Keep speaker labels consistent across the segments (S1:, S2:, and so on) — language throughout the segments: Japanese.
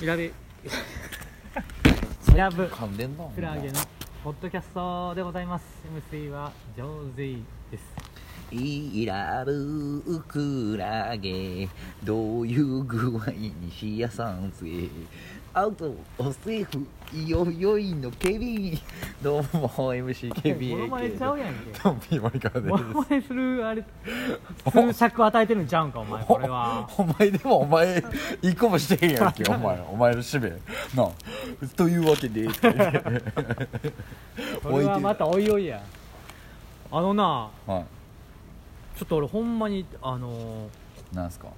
S1: 調 べラブ
S2: 噛んでんな
S1: クラゲのポッドキャストでございます MC はジョーゼイです
S2: イラブウクラゲどういう具合に冷やさんせアウトおセーフいよいよいのケビンどうも MC ケビ
S1: モ
S2: ン
S1: ノマネ
S2: AK
S1: ちゃうやん け
S2: トンピー森川で
S1: モノマネするあれ数尺与えてるんちゃうんかお 前これは
S2: お前でもお前一個もしてへんやんけお前お前の使命なあというわ けでって言って
S1: これはまたおいおいやあのな
S2: は
S1: ちょっと俺ほんまにあのー
S2: いなんすか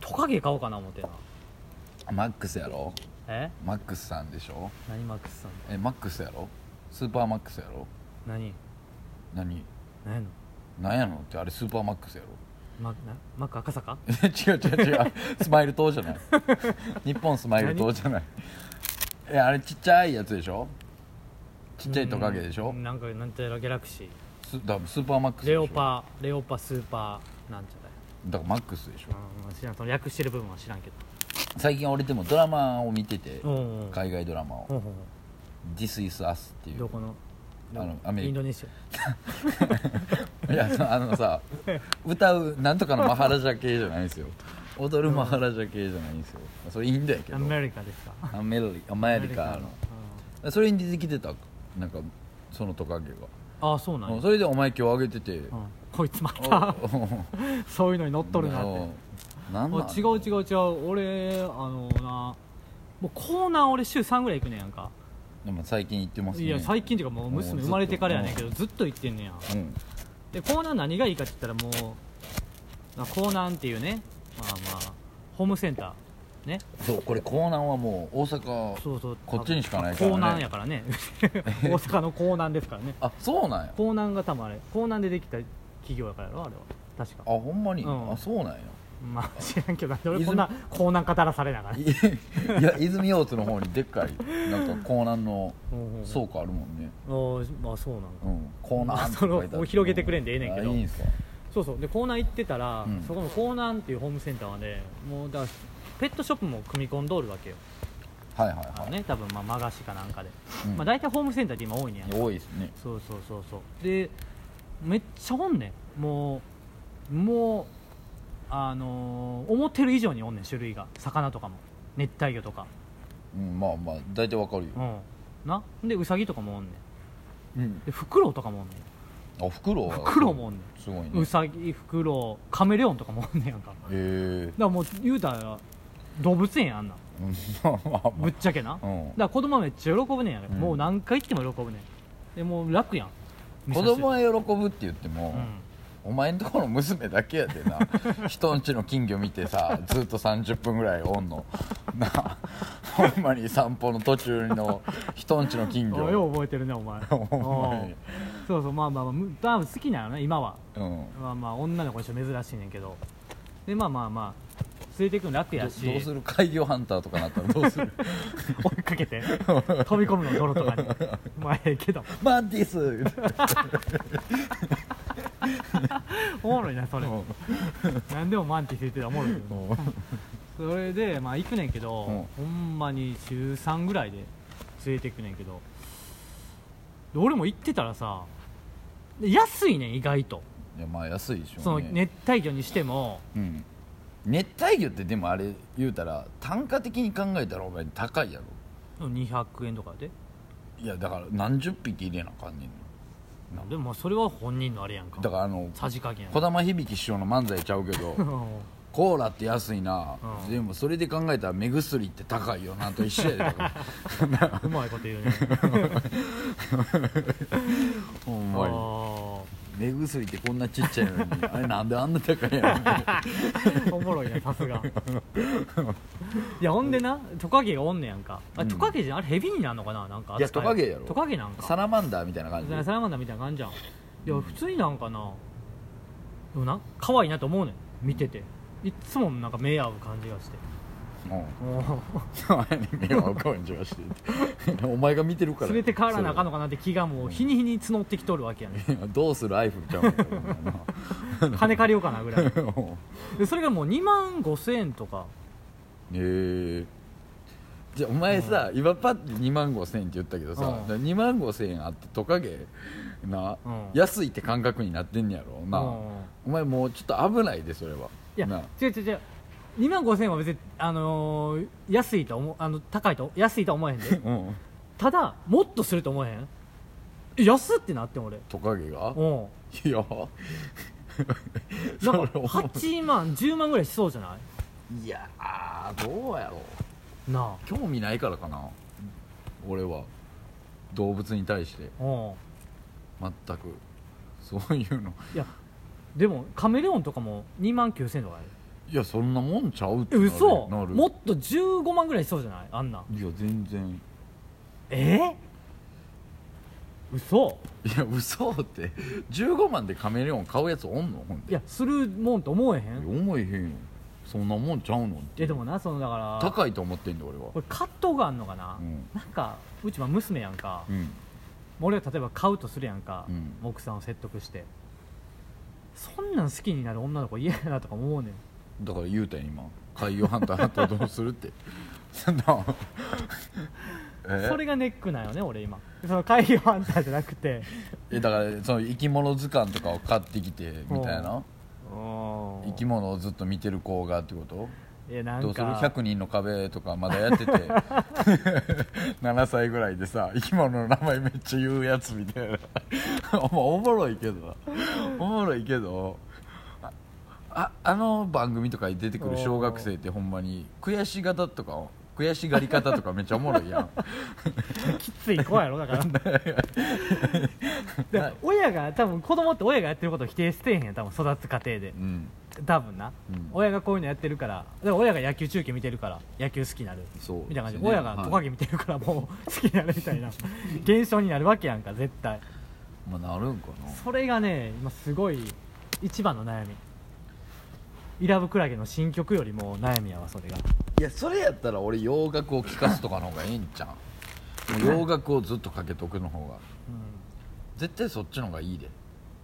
S1: トカゲ買おうかな思ってな
S2: マックスやろ
S1: え
S2: マックスさんでしょ
S1: 何マックスさん
S2: えマックスやろスーパーマックスやろ
S1: 何
S2: 何
S1: 何やの
S2: なんやのってあれスーパーマックスやろ
S1: マなマック赤坂
S2: 違う違う違うスマイル島じゃない 日本スマイル島じゃないえあれちっちゃいやつでしょちっちゃいトカゲでし
S1: う
S2: ょ
S1: んなんかなんちゃらギャラクシー
S2: スだからスーパーマックスでし
S1: レ
S2: ょ
S1: オパレオパスーパーなんちゃ
S2: だからマックスでしょ
S1: らうん知らんその略してる部分は知らんけ
S2: 最近俺でもドラマを見てて
S1: どうんうん
S2: 海外ドラマを
S1: ほうほうほ
S2: 「This is Us」って
S1: う
S2: い
S1: ど
S2: う
S1: この
S2: あのアメリカ
S1: インドネシ
S2: いやあのさ歌うなんとかのマハラジャ系じゃないんですよ踊るマハラジャ系じゃないんですよそれいいんだけ
S1: ア
S2: ど
S1: アメリカですか
S2: アメリアメリカのそれに出てきてたなんかそのトカゲ
S1: うんああそうな
S2: が、
S1: んや
S2: それで「お前今日あげてて」
S1: うんこいつま
S2: お
S1: た
S2: お
S1: そういうのに乗っとるなって
S2: おなん
S1: お
S2: なん
S1: 違う違う違う俺あのなもうコーナー俺週3ぐらい行くねんやんか
S2: でも最近行ってますね
S1: いや最近っていうかもう娘生まれてからやねんけどずっと行ってんねんや
S2: うん
S1: でコーナー何がいいかって言ったらもう、まあ、コーナーっていうねまあまあホームセンターね
S2: そうこれ江南はもう大阪
S1: そうそう
S2: こっちにしかないから
S1: 江
S2: ね
S1: 南やからね 大阪の江南ですからね
S2: あそうなんや
S1: 江南が多分あれ江南でできた企業やからやろあれは確
S2: あ
S1: か
S2: ほんまに、
S1: うん
S2: あそうなんや
S1: まあ知らんけどなんで俺こんな江南語らされながらね
S2: いいや泉大津の方にでっかいなんか江南の倉庫あるもんね、
S1: うんあまあそうなんか
S2: うん、江南って書いてある
S1: その広げてくれんでええねんけど
S2: あいいんすか
S1: そうそうでコーナー行ってたら、
S2: うん
S1: そこのコーナーっていうホームセンターはねもうだからペットショップも組み込んどるわけよ
S2: はいはい
S1: あ
S2: は
S1: の
S2: い、
S1: ね多分まあマガシかなんかで、
S2: うん
S1: まあ、大体ホームセンターって今多いねやん
S2: 多いですね
S1: そうそうそうそうでめっちゃおんねんもうもうあのー思ってる以上におんねん種類が魚とかも熱帯魚とか
S2: うんまあまあ大体わかるよ
S1: う、んなでウサギとかもおんねん
S2: うん、
S1: でフクロウとかもおんねん
S2: あフクロウは
S1: フクロウもおんね
S2: すごいね
S1: んウサギフクロウカメレオンとかもおんねんやんかだか
S2: へえ
S1: らもう言うたら動物園やんあんなん
S2: うんまあまあ
S1: ぶ
S2: ま
S1: っちゃけな、
S2: あ、
S1: だか
S2: うん、
S1: ら子供はめっちゃ喜ぶねんやね、
S2: うん
S1: もう何回行っても喜ぶねんでもう楽やん
S2: 子供
S1: は
S2: は喜ぶって言っても、お前んとこの娘だけやでな 人んちの金魚見てさずっと30分ぐらいおんのなあほんまに散歩の途中の人んちの金
S1: うんおよ
S2: 魚
S1: う覚えてるねお 前
S2: ほんまに
S1: うんそうそうまあまあ、まあむ、多分好きなのね今は
S2: うん
S1: まあまあ女の子にして珍しいねんけどでまあまあまあ連れてくの楽
S2: どど
S1: や
S2: う
S1: し
S2: する怪魚ハンターとかなったらどう する
S1: 追いかけて飛び込むの泥と かにまあええけど
S2: マンティス
S1: おもろいなそれ何でもマンティス言ってたらおもろいけどそれでまあ行くねんけど、
S2: うん
S1: ほんまに週3ぐらいで連れてくねんけどで俺も行ってたらさで安いねん意外と、
S2: いやまあ安いでしょ
S1: そうの
S2: ね
S1: 熱帯魚にしても
S2: うん、熱帯魚ってでもあれ言うたら単価的に考えたらお前高いやろ
S1: 200円とかで
S2: いやだから何十匹入れなあかんねんな
S1: でもまあそれは本人のあれやんか
S2: だからあの
S1: さじ加減
S2: 児玉響師匠の漫才ちゃうけどコーラって安いな、
S1: うん
S2: でもそれで考えたら目薬って高いよなと 一緒やでだから
S1: うまいこと 言うね
S2: ほん
S1: あ
S2: まに
S1: ー
S2: 目薬ってこんなちっちゃいのにあれなんであんな高い んやろ
S1: おもろいなさ すがいやほんでなトカゲがおんねやんかあ
S2: うん
S1: トカゲじゃんあれヘビになるのかななんか
S2: いや
S1: 扱
S2: トカゲやろ
S1: トカゲなんか
S2: サラマンダーみたいな感じ
S1: サラマンダーみたいな感じじゃんいや普通になんかなでもな可愛いなと思うねん見てていっつもなんか目合う感じがして
S2: うん
S1: もう
S2: 前に目を合う感じはしてお前が見て るから
S1: 連れて帰らなあかんのかなって気がもう日に日に募ってきとるわけやね
S2: そうどうするアイフルちゃうんやろお前 な
S1: ん金借りようかなぐらい
S2: うん
S1: でそれがもう2万5千円とか
S2: へえじゃあお前さ、今パッて2万5千円って言ったけどさ、
S1: うん
S2: 2万5千円あってトカゲな、
S1: うん
S2: 安いって感覚になってんねやろな、
S1: うん
S2: お前もうちょっと危ないでそれはい
S1: や
S2: な
S1: 違う違う違う2万5000円は別に、あのー安いとは思うあの高いと安いとは思えへん で
S2: うん
S1: ただもっとすると思えへんえ安ってなってん俺
S2: トカゲが
S1: うん
S2: いや
S1: なん
S2: そ
S1: か
S2: れ思う
S1: 8万10万ぐらいしそうじゃない
S2: いやーどうやろう
S1: な
S2: 興味ないからかな俺は動物に対して
S1: あうん
S2: 全くそういうの
S1: いやでもカメレオンとかも2万9000とかやる
S2: いやそんなもんちゃうって
S1: え
S2: なる
S1: 嘘
S2: なる
S1: もっと15万ぐらいしそうじゃないあんない
S2: や全然
S1: えー、嘘
S2: いや嘘って15万でカメレオン買うやつおんのほん
S1: い
S2: で
S1: やするもんと思えへ
S2: いや
S1: ん
S2: 思えへんよそんなもんちゃうのって
S1: えでもなそのだから
S2: 高いと思ってんで俺は
S1: これカットがあんのかな、
S2: うん
S1: なんかうちは娘やんか、
S2: うん
S1: 俺が例えば買うとするやんか、
S2: うん
S1: 奥さんを説得してそんなん好きになる女の子嫌やなとか思うねん
S2: だから言うたやん今海洋ハンターハンターどうするって そんな え
S1: それがネックなんよね俺今その海洋ハンターじゃなくて
S2: えだからその生き物図鑑とかを買ってきてみたいな生
S1: 生
S2: き物をずっと見てる子がってこと
S1: いやな
S2: ど
S1: ん
S2: うする
S1: か
S2: 100人の壁とかまだやってて 7歳ぐらいでさ生き物の名前めっちゃ言うやつみたいな おもろいけどなおもろいけどあああの番組とかに出てくる小学生ってほんまに悔しがたとか悔しがり方とかめっちゃおもろ いやん
S1: きつい子やろだ からで
S2: はい
S1: 親が多分子供って親がやってることを否定してへんやん多分育つ過程で
S2: うん
S1: 多分な、
S2: うん
S1: 親がこういうのやってるからで親が野球中継見てるから野球好きになる
S2: そう
S1: みたいな感じで、
S2: ですね
S1: 親がトカゲ見てるからもう好きになるみたいな現象になるわけやんか絶対
S2: まあ、なるんかな
S1: それがね今すごい一番の悩みイラブクラゲの新曲よりも悩みやわそれが
S2: いやそれやったら俺洋楽を聴かすとかの方がええんちゃ うもう洋楽をずっとかけとくの方が絶対そっちの方がいいで、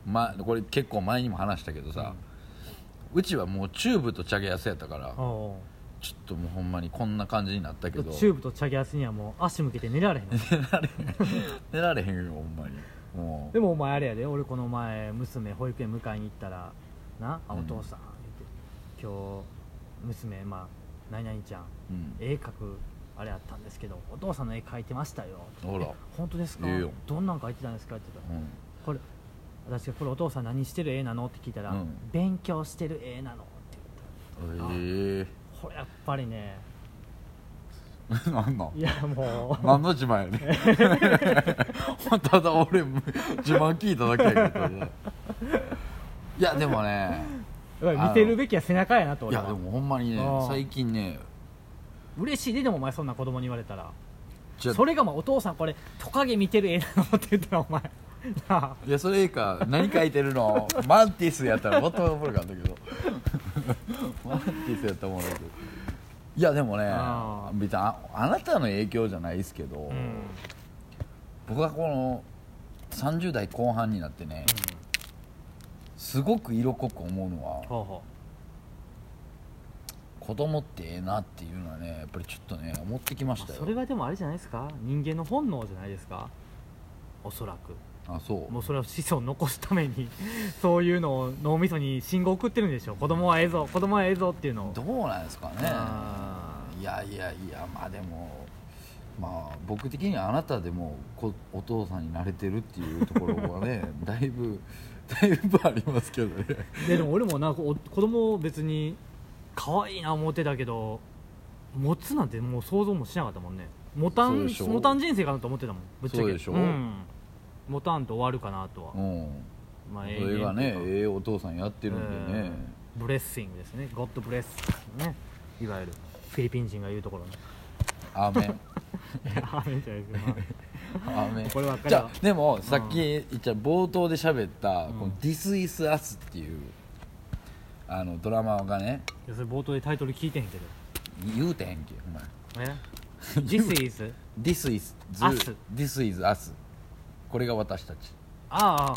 S2: ま、これ結構前にも話したけどさ、うちはもうチューブとチャゲ安やったから
S1: うんお
S2: ちょっともうほんまにこんな感じになったけ
S1: う
S2: ど
S1: チューブとチャゲアスにはもう足向けて寝られへんわ
S2: 寝られへんよほんまにも う
S1: でもお前あれやで俺この前娘保育園迎えに行ったらなあ
S2: う
S1: お
S2: ん
S1: 父さん、言って今日娘まあ何々ちゃん
S2: うん
S1: 絵描くあれあったんですけどお父さんの絵描いてましたよ
S2: ほら
S1: え本当ですか、
S2: ええよ
S1: どんなん描いてたんですかって言ったら、
S2: う
S1: これ私がこれお父さん何してる絵なのって聞いたら、
S2: うん
S1: 勉強してる絵なのって
S2: んえ
S1: 言ったこれやっぱりね
S2: え なんなん
S1: いやもう
S2: 何の自慢やね んただ俺自慢聞いただけやけどねいやでもね
S1: やっ ぱり見てるべきは背中やなと
S2: い
S1: 俺
S2: や
S1: は
S2: でもほんまにね
S1: うん
S2: 最近ね
S1: 嬉しいででもお前そんな子供に言われたら
S2: じゃ
S1: それがまあお父さんこれトカゲ見てる絵なのって言ったらお 前なあ
S2: いやそれか何書いてるのマンティスやったらもっとおもろかったけどマンティスやったらおもろいけどいやでもね
S1: あー
S2: 別にああなたの影響じゃないですけど、
S1: うん、うん
S2: 僕はこの30代後半になってね、すごく色濃く思うのは
S1: ほうほ
S2: 子供ってええなっていうのはねやっぱりちょっとね思ってきまし
S1: う
S2: たよ
S1: それはでもあれじゃないですか人間の本能じゃないですかおそらく
S2: あそう
S1: もうそれは子孫を残すために そういうのを脳みそに信号送ってるんでしょ子供はええぞ子供はええぞっていうのを
S2: どうなんですかね
S1: あ
S2: いやいやいやまあでもまあ僕的にはあなたでもこお父さんになれてるっていうところは ねだいぶだいぶありますけどね
S1: ででも俺もなんかお子供を別に可愛いな思ってたけど持つなんてもう想像もしなかったもんね持た
S2: そうんでしょ
S1: 持たん人生かなと思ってたもんぶっちゃけ
S2: そうでしょ
S1: ん、持たんと終わるかなとは、
S2: うん
S1: まあ
S2: そ
S1: 永遠と
S2: れ
S1: いうか
S2: がねええお父さんやってるんでね、
S1: うんブレッシングですねゴッドブレッシングねいわゆるフィリピン人が言うとこ ろの
S2: アーメン
S1: あれじゃないですかま
S2: アーメン
S1: あこれ分かる
S2: じ
S1: わ
S2: ゃあでもさっき言った冒頭で喋った「
S1: う
S2: この
S1: ん
S2: This is Us」っていうあのドラマがね
S1: いやそれ冒頭でタイトル聞いてへんけど
S2: 言うてへんけお前
S1: え This is
S2: 「This is
S1: Us
S2: This is Us」これが私たち
S1: ああ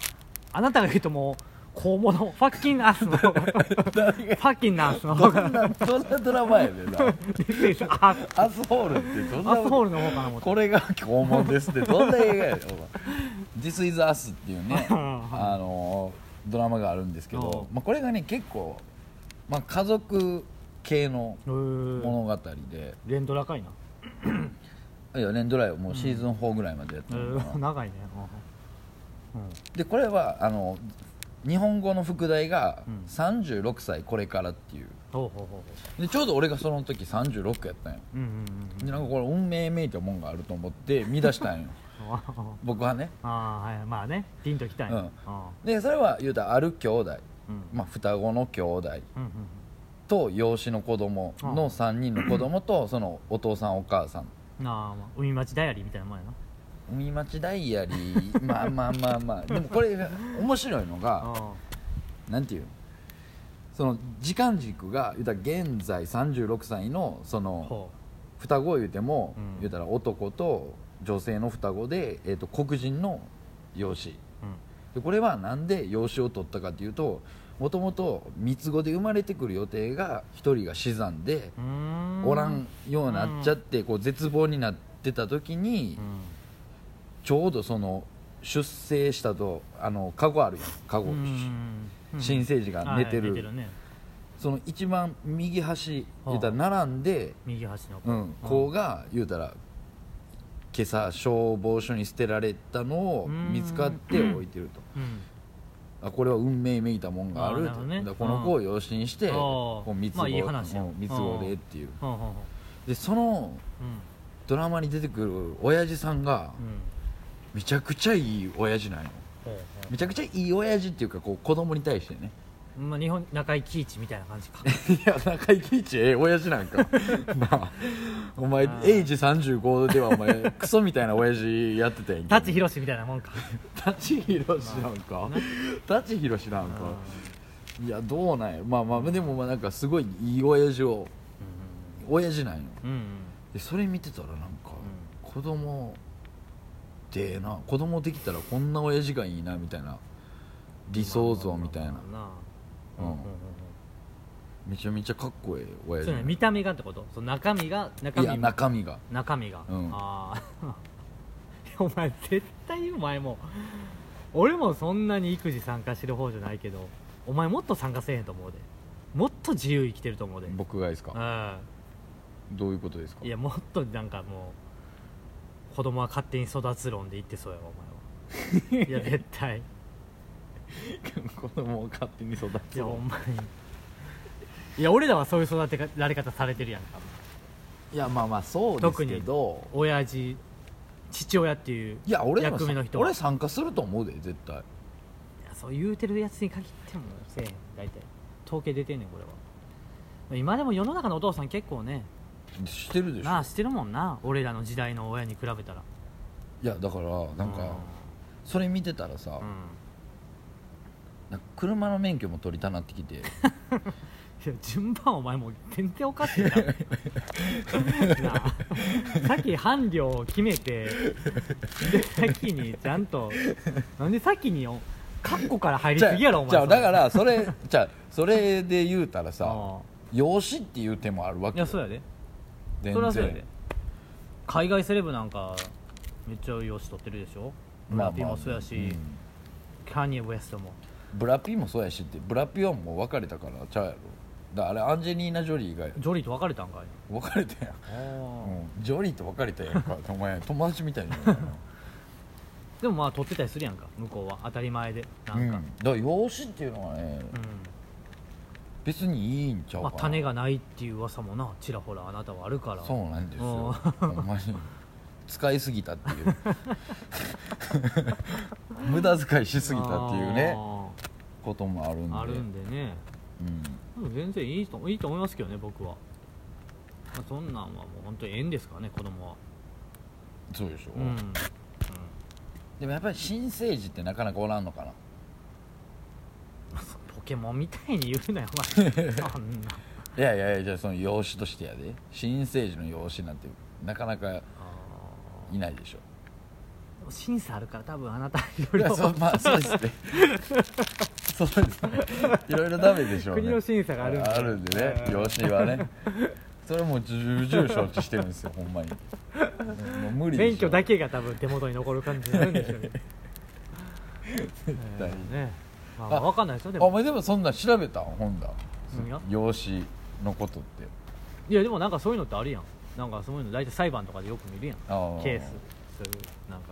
S1: あなたが言うともう小物ファッキンアスのファッキンナースの
S2: ど
S1: 方
S2: ん
S1: が
S2: などんなドラマやねんな
S1: びっくりしたあ
S2: アスホールってどんな
S1: アスホールの方かな思って
S2: これが肛門ですってどんな映画やねんお前 This is Us っていうねあのドラマがあるんですけど、
S1: うん
S2: まあ、これがね結構、まあ、家族系の
S1: へー
S2: 物語で、
S1: 連ドラかいな
S2: 4年ドライをもうシーズン4ぐらいまでやっ
S1: へ
S2: てるのかな
S1: ー長いね
S2: でこれはあの日本語の副題が
S1: うん
S2: 「36歳これから」っていう
S1: うんほうほうほうほ
S2: でちょうど俺がその時36やったんよ
S1: ううんうん
S2: でなんかこれ運命めいたもんがあると思って見出したん
S1: う
S2: よ
S1: ん
S2: 僕はね
S1: あーはいまあねピンときたい
S2: うんでそれは言うたらある兄弟、まあ、双子の兄弟
S1: うんうん
S2: と養子の子供
S1: う
S2: の
S1: ん
S2: 3人の子 供とそのお父さんお母さん
S1: なあまあ海町ダイアリーみたいなもんやな
S2: 海町ダイアリーまあまあまあまあでもこれ面白いのが
S1: あ
S2: なんていうのその時間軸が言うたら現在36歳のそ
S1: あ
S2: の
S1: ほ
S2: 双子を言うても、
S1: うん
S2: 言うたら男と女性の双子で、えー、と黒人の養子
S1: ううん
S2: でこれはなんで養子を取ったかっていうともともと三つ子で生まれてくる予定が一人が死産で、
S1: うーん
S2: おらんようになっちゃって、こう絶望になってた時に、
S1: うん
S2: ちょうどその出生したとあのカゴあるやんカゴ、
S1: うん
S2: 新生児が寝てる,、
S1: はい寝てるね
S2: その一番右端
S1: あ
S2: 言うたら並んで、
S1: 右端の子
S2: うん、子が言うたら今朝消防署に捨てられたのを
S1: うん
S2: 見つかって置いてると、
S1: うん
S2: あこれは運命めいたもんがあ
S1: あー
S2: る
S1: なるほどね
S2: だからこの子を養子にして、
S1: うん
S2: こう三つ子、
S1: まあいい話や
S2: うん三つ子でっていう
S1: ほうほうほ
S2: でその
S1: ううん
S2: ドラマに出てくる親父さんが
S1: うん
S2: めちゃくちゃいい親父なんよ
S1: ほうほ
S2: めちゃくちゃいい親父っていうかこう子供に対してね
S1: うまあ日本中井貴一みたいな感じか
S2: いや中井貴一ええ親父なんか なあお前
S1: あー
S2: エイジ35では お前クソみたいな親父やってたやんけ
S1: 舘ひろしみたいなもんか
S2: 舘ひろしなんか舘ひろしなんかいやどうなんやまあまあでもまあなんかすごいいい親父を親父なんよ
S1: うんうん
S2: でそれ見てたらなんか、子供でえな子供できたらこんな親父がいいなみたいな理想像みたいな
S1: うんうんうん
S2: めちゃめちゃかっこええ親
S1: そ
S2: 父
S1: うね見た目がってことその中身が中
S2: い
S1: 身
S2: や
S1: も
S2: 中身が
S1: 中身が、
S2: うん
S1: ああ お前絶対お前も俺もそんなに育児参加してる方じゃないけどお前もっと参加せえへんと思うでもっと自由生きてると思うでう
S2: 僕がですか
S1: ん
S2: どういうことですか
S1: いやもっとなんかもう子供は勝手に育つ論で言ってそうやわお前 はいや絶対
S2: 子供を勝手に育
S1: い
S2: つ
S1: やお前いや俺らはそういう育てられ方されてるやんか
S2: いやまあまあそうですけど
S1: 親父父親っていう
S2: いや俺でも
S1: 役目の人は
S2: 俺参加すると思うで絶対
S1: いやそう言うてるやつに限ってもせえへん大体統計出てんねんこれは今でも世の中のお父さん結構ね
S2: してるでしょ
S1: なあしてるもんな俺らの時代の親に比べたら
S2: いやだからなんかそれ見てたらさ
S1: うん、うん
S2: なんか車の免許も取りたなってきて
S1: いや順番お前もう全然おか しいななあさっき伴侶を決めてで先にちゃんとなんで先によカッコから入り
S2: じゃ
S1: す
S2: あ
S1: ぎやろお前
S2: じゃあだからら それじゃあそれで言うたらさ
S1: あ
S2: 養子っていう手もあるわ
S1: い
S2: け
S1: や
S2: よ
S1: そうやで
S2: 全
S1: それはそうやで
S2: 然
S1: 海外セレブなんかめっちゃ容姿取ってるでしょブラピもそうやし、
S2: うん
S1: キャニエ・ウエストも
S2: ブラピもそうやしってブラピはもう別れたからちゃうやろだからあれアンジェリーナ・ジョリーが
S1: ジョリーと別れたんかい
S2: 別れたやん、うん、ジョリーと別れたやんか お前友達みたいになる
S1: でもまあ取ってたりするやんか向こうは当たり前でな
S2: な、うんん、
S1: か、
S2: だから養子っていうのはね別にいいんちゃ
S1: う
S2: う
S1: ま
S2: んかな、
S1: あ、種がないっていう噂もなちらほらあなたはあるから
S2: そうなんですよほんまに使いすぎたっていう 無駄遣いしすぎたっていうね
S1: あ
S2: こともあるんで
S1: ーあるんでね
S2: うん、
S1: でも全然いいといいと思いますけどね僕は、まあ、そんなんはもう本当に縁ですからね子供は
S2: そうでしょ、
S1: うん、うん、
S2: でもやっぱり新生児ってなかなかおらんのかな
S1: ポケモンみたいに言うなよお 前そんない
S2: やいやいやじゃあその養子としてやで新生児の養子なんてなかなか
S1: あ
S2: いないでしょ
S1: 審査あるから多分あなたい
S2: い
S1: ろい
S2: やそう
S1: ろ
S2: まあそう ですねそうですねいろいろダメでしょうね
S1: 国の審査があるんで
S2: あるんでね
S1: うん
S2: 養子はねそれもう重々承知してるんですよほんまにもうもう無理でしょ
S1: 免許だけが多分手元に残る感じになるんでしょう ね絶
S2: 対に
S1: ねまあまあ
S2: あ
S1: わかんないですよで
S2: あお
S1: も
S2: 前でもそんなん調べたん本だ
S1: 何が
S2: 養子のことって
S1: いやでもなんかそういうのってあるやんなんかそういうの大体裁判とかでよく見るやん
S2: あー
S1: ケースそういうなんか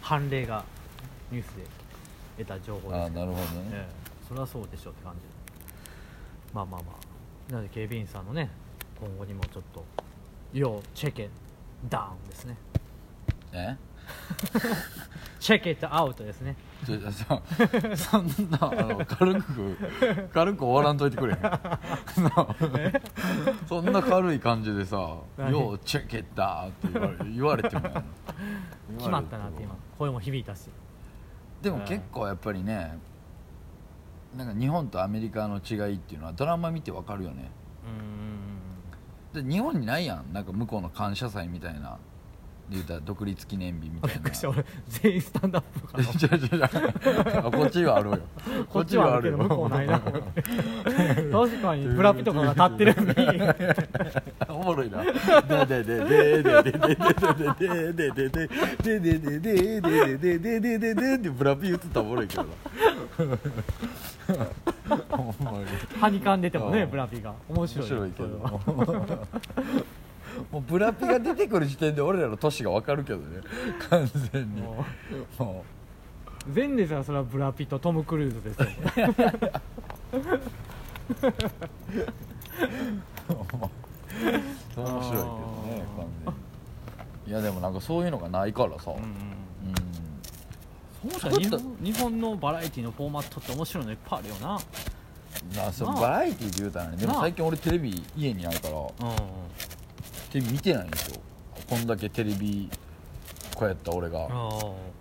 S1: 判例がニュースで得た情報
S2: あ
S1: で
S2: あ
S1: すけど
S2: なるほどね
S1: ええそれはそうでしょうって感じまあまあまあなので警備員さんのね今後にもちょっと要チェケダウンですね
S2: え
S1: チェケットアウトですね
S2: ちょちょそそんなあの軽く軽く終わらんといてくれへんなそんな軽い感じでさ「
S1: 何
S2: ようチェケッター」って言われ言われてもやな
S1: 決まったなって今声も響いたし
S2: でも結構やっぱりねなんか日本とアメリカの違いっていうのはドラマ見てわかるよね
S1: うーん
S2: で日本にないやんなんか向こうの感謝祭みたいな言うたら独立記念日み
S1: あ
S2: た
S1: びっ
S2: い
S1: く
S2: な
S1: りした俺全員スタンドアップかな
S2: じゃじゃじゃこっちはあるよ
S1: こっちはあるけど向こうないな確かにブラピとかが立ってるのに
S2: おもろいな。ででででででででででででででででででででででブラピ言ってたらおもろいけどな。おもろい。
S1: はにかんでてもね
S2: うん
S1: ブラピが面白
S2: 面
S1: い
S2: 白いけど
S1: それは。
S2: もうブラピが出てくる時点で俺らの年がわかるけどね。完全に。
S1: も
S2: も
S1: う前列はそれはブラピとトム・クルーズですよ
S2: う面白いけどね。完全に。いやでもなんかそういうのがないからさ。うん。
S1: そうだ日本日本のバラエティのフォーマットって面白いのいっぱいあるよな
S2: まあ、そのバラエティーで言うたらねでも
S1: なあ
S2: 最近俺テレビ家にないから
S1: うん
S2: テレビ見てないんですよこんだけテレビこうやった俺が
S1: ああ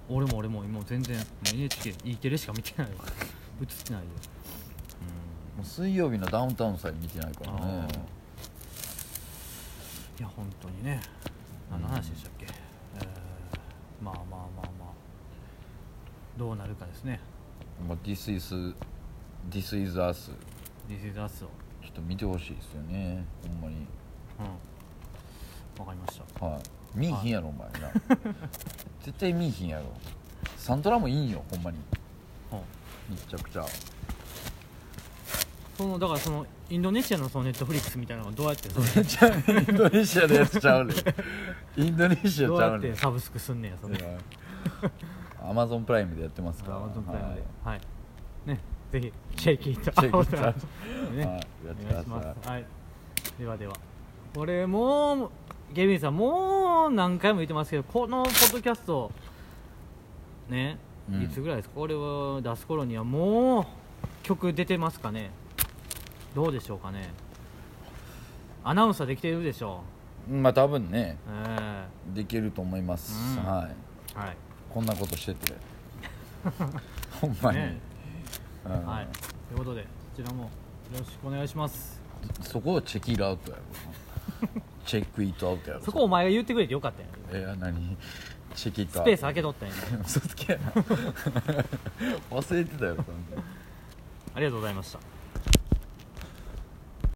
S1: 俺も俺も今全然もう NHKE テレしか見てないよ映ってないよ
S2: もう水曜日のダウンタウンさえ見てないからね
S1: あいや本当にね何の話でしたっけ、えーまあまあまあまあどうなるかですね
S2: もう This is This is Us
S1: 「This is Us を」
S2: ちょっと見てほしいですよねほんまに
S1: うんわかりました
S2: はい見いひんやろお前な 絶対見いひんやろサントラもいいんよほんまに
S1: うん
S2: めちゃくちゃ
S1: そのだからそのインドネシアのそのネットフリックスみたいなのがどうやってその
S2: じゃあインドネシアのやつちゃ うねんインドネシアち
S1: どう
S2: ゃ
S1: や
S2: う
S1: って
S2: ねん
S1: サブスクすんねやその
S2: アマゾンプライムでやってますから
S1: アマゾンプライムで
S2: はい
S1: はいねぜひシェイキーと
S2: チェックした
S1: ね
S2: はいやっ
S1: お
S2: てく
S1: 願
S2: だ
S1: いし
S2: さ
S1: ますはいではではこれもうゲビンさんもう何回も言ってますけどこのポッドキャストね
S2: うん
S1: いつぐらいですか、これを出す頃にはもう曲出てますかねどうでしょうかねアナウンサーできてるでしょ
S2: いまあ多分ね
S1: う、え
S2: できると思います、
S1: うん
S2: はい
S1: えはい
S2: こんなことし ててほんまに、
S1: ね
S2: うん
S1: はい、ということで、こちらもよろしくお願いします。
S2: そこをチェキーアウトやろ チェックイートアウトやろ
S1: そこお前が言ってくれてよかったんやん。
S2: えー何チェキート
S1: スペース 開けとったんやん。
S2: 嘘つけやな 忘れてたよ完全に
S1: ありがとうございました。